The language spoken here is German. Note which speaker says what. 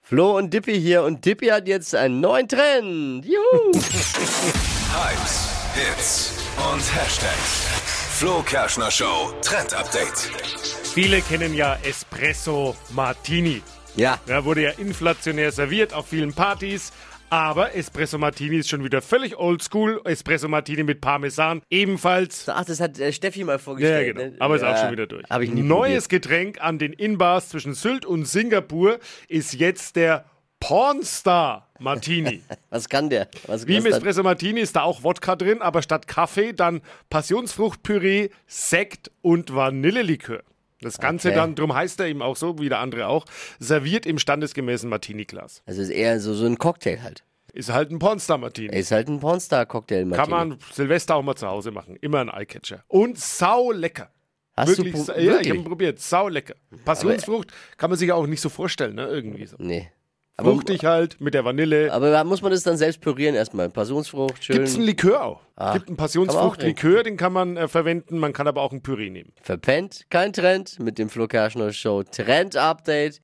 Speaker 1: Flo und Dippy hier und Dippy hat jetzt einen neuen Trend. Juhu!
Speaker 2: Hypes, Hits und Hashtags. Flo Kerschner Show Trend Update.
Speaker 3: Viele kennen ja Espresso Martini.
Speaker 1: Ja.
Speaker 3: Ja, wurde ja inflationär serviert auf vielen Partys. Aber Espresso Martini ist schon wieder völlig oldschool. Espresso Martini mit Parmesan ebenfalls.
Speaker 1: Ach, das hat äh, Steffi mal
Speaker 3: Ja,
Speaker 1: vorgestellt.
Speaker 3: genau.
Speaker 1: ne?
Speaker 3: Aber ist
Speaker 1: Ja,
Speaker 3: auch schon wieder durch.
Speaker 1: Hab ich nie
Speaker 3: Neues Getränk an den Inbars zwischen Sylt und Singapur ist jetzt der Pornstar Martini.
Speaker 1: Probiert. Was kann der? Was,
Speaker 3: Wie
Speaker 1: was
Speaker 3: im
Speaker 1: dann?
Speaker 3: Espresso Martini ist da auch Wodka drin, aber statt Kaffee dann Passionsfruchtpüree, Sekt und Vanillelikör. Das Ganze
Speaker 1: Okay.
Speaker 3: dann, drum heißt er eben auch so, wie der andere auch, serviert im standesgemäßen Martini-Glas.
Speaker 1: Also ist eher so, so ein Cocktail halt.
Speaker 3: Ist halt ein Pornstar-Martini.
Speaker 1: Ist halt ein Pornstar-Cocktail,
Speaker 3: Kann
Speaker 1: Martini.
Speaker 3: man Silvester auch mal zu Hause machen. Immer ein Eyecatcher. Und sau lecker.
Speaker 1: Hast
Speaker 3: wirklich,
Speaker 1: du
Speaker 3: sau-
Speaker 1: pro-
Speaker 3: Ja, ich
Speaker 1: wirklich?
Speaker 3: habe probiert. Sau lecker. Passionsfrucht kann man sich ja auch nicht so vorstellen, ne? Irgendwie so.
Speaker 1: Nee. Aber,
Speaker 3: Fruchtig halt, mit der Vanille.
Speaker 1: aber muss man das dann selbst pürieren erstmal? Passionsfrucht, schön. Ah,
Speaker 3: Gibt es einen Likör auch? Gibt einen Passionsfruchtlikör, den kann man äh, verwenden. Man kann aber auch ein Püree nehmen.
Speaker 1: Verpennt, kein Trend mit dem Flo Kerschner Show Trend Update.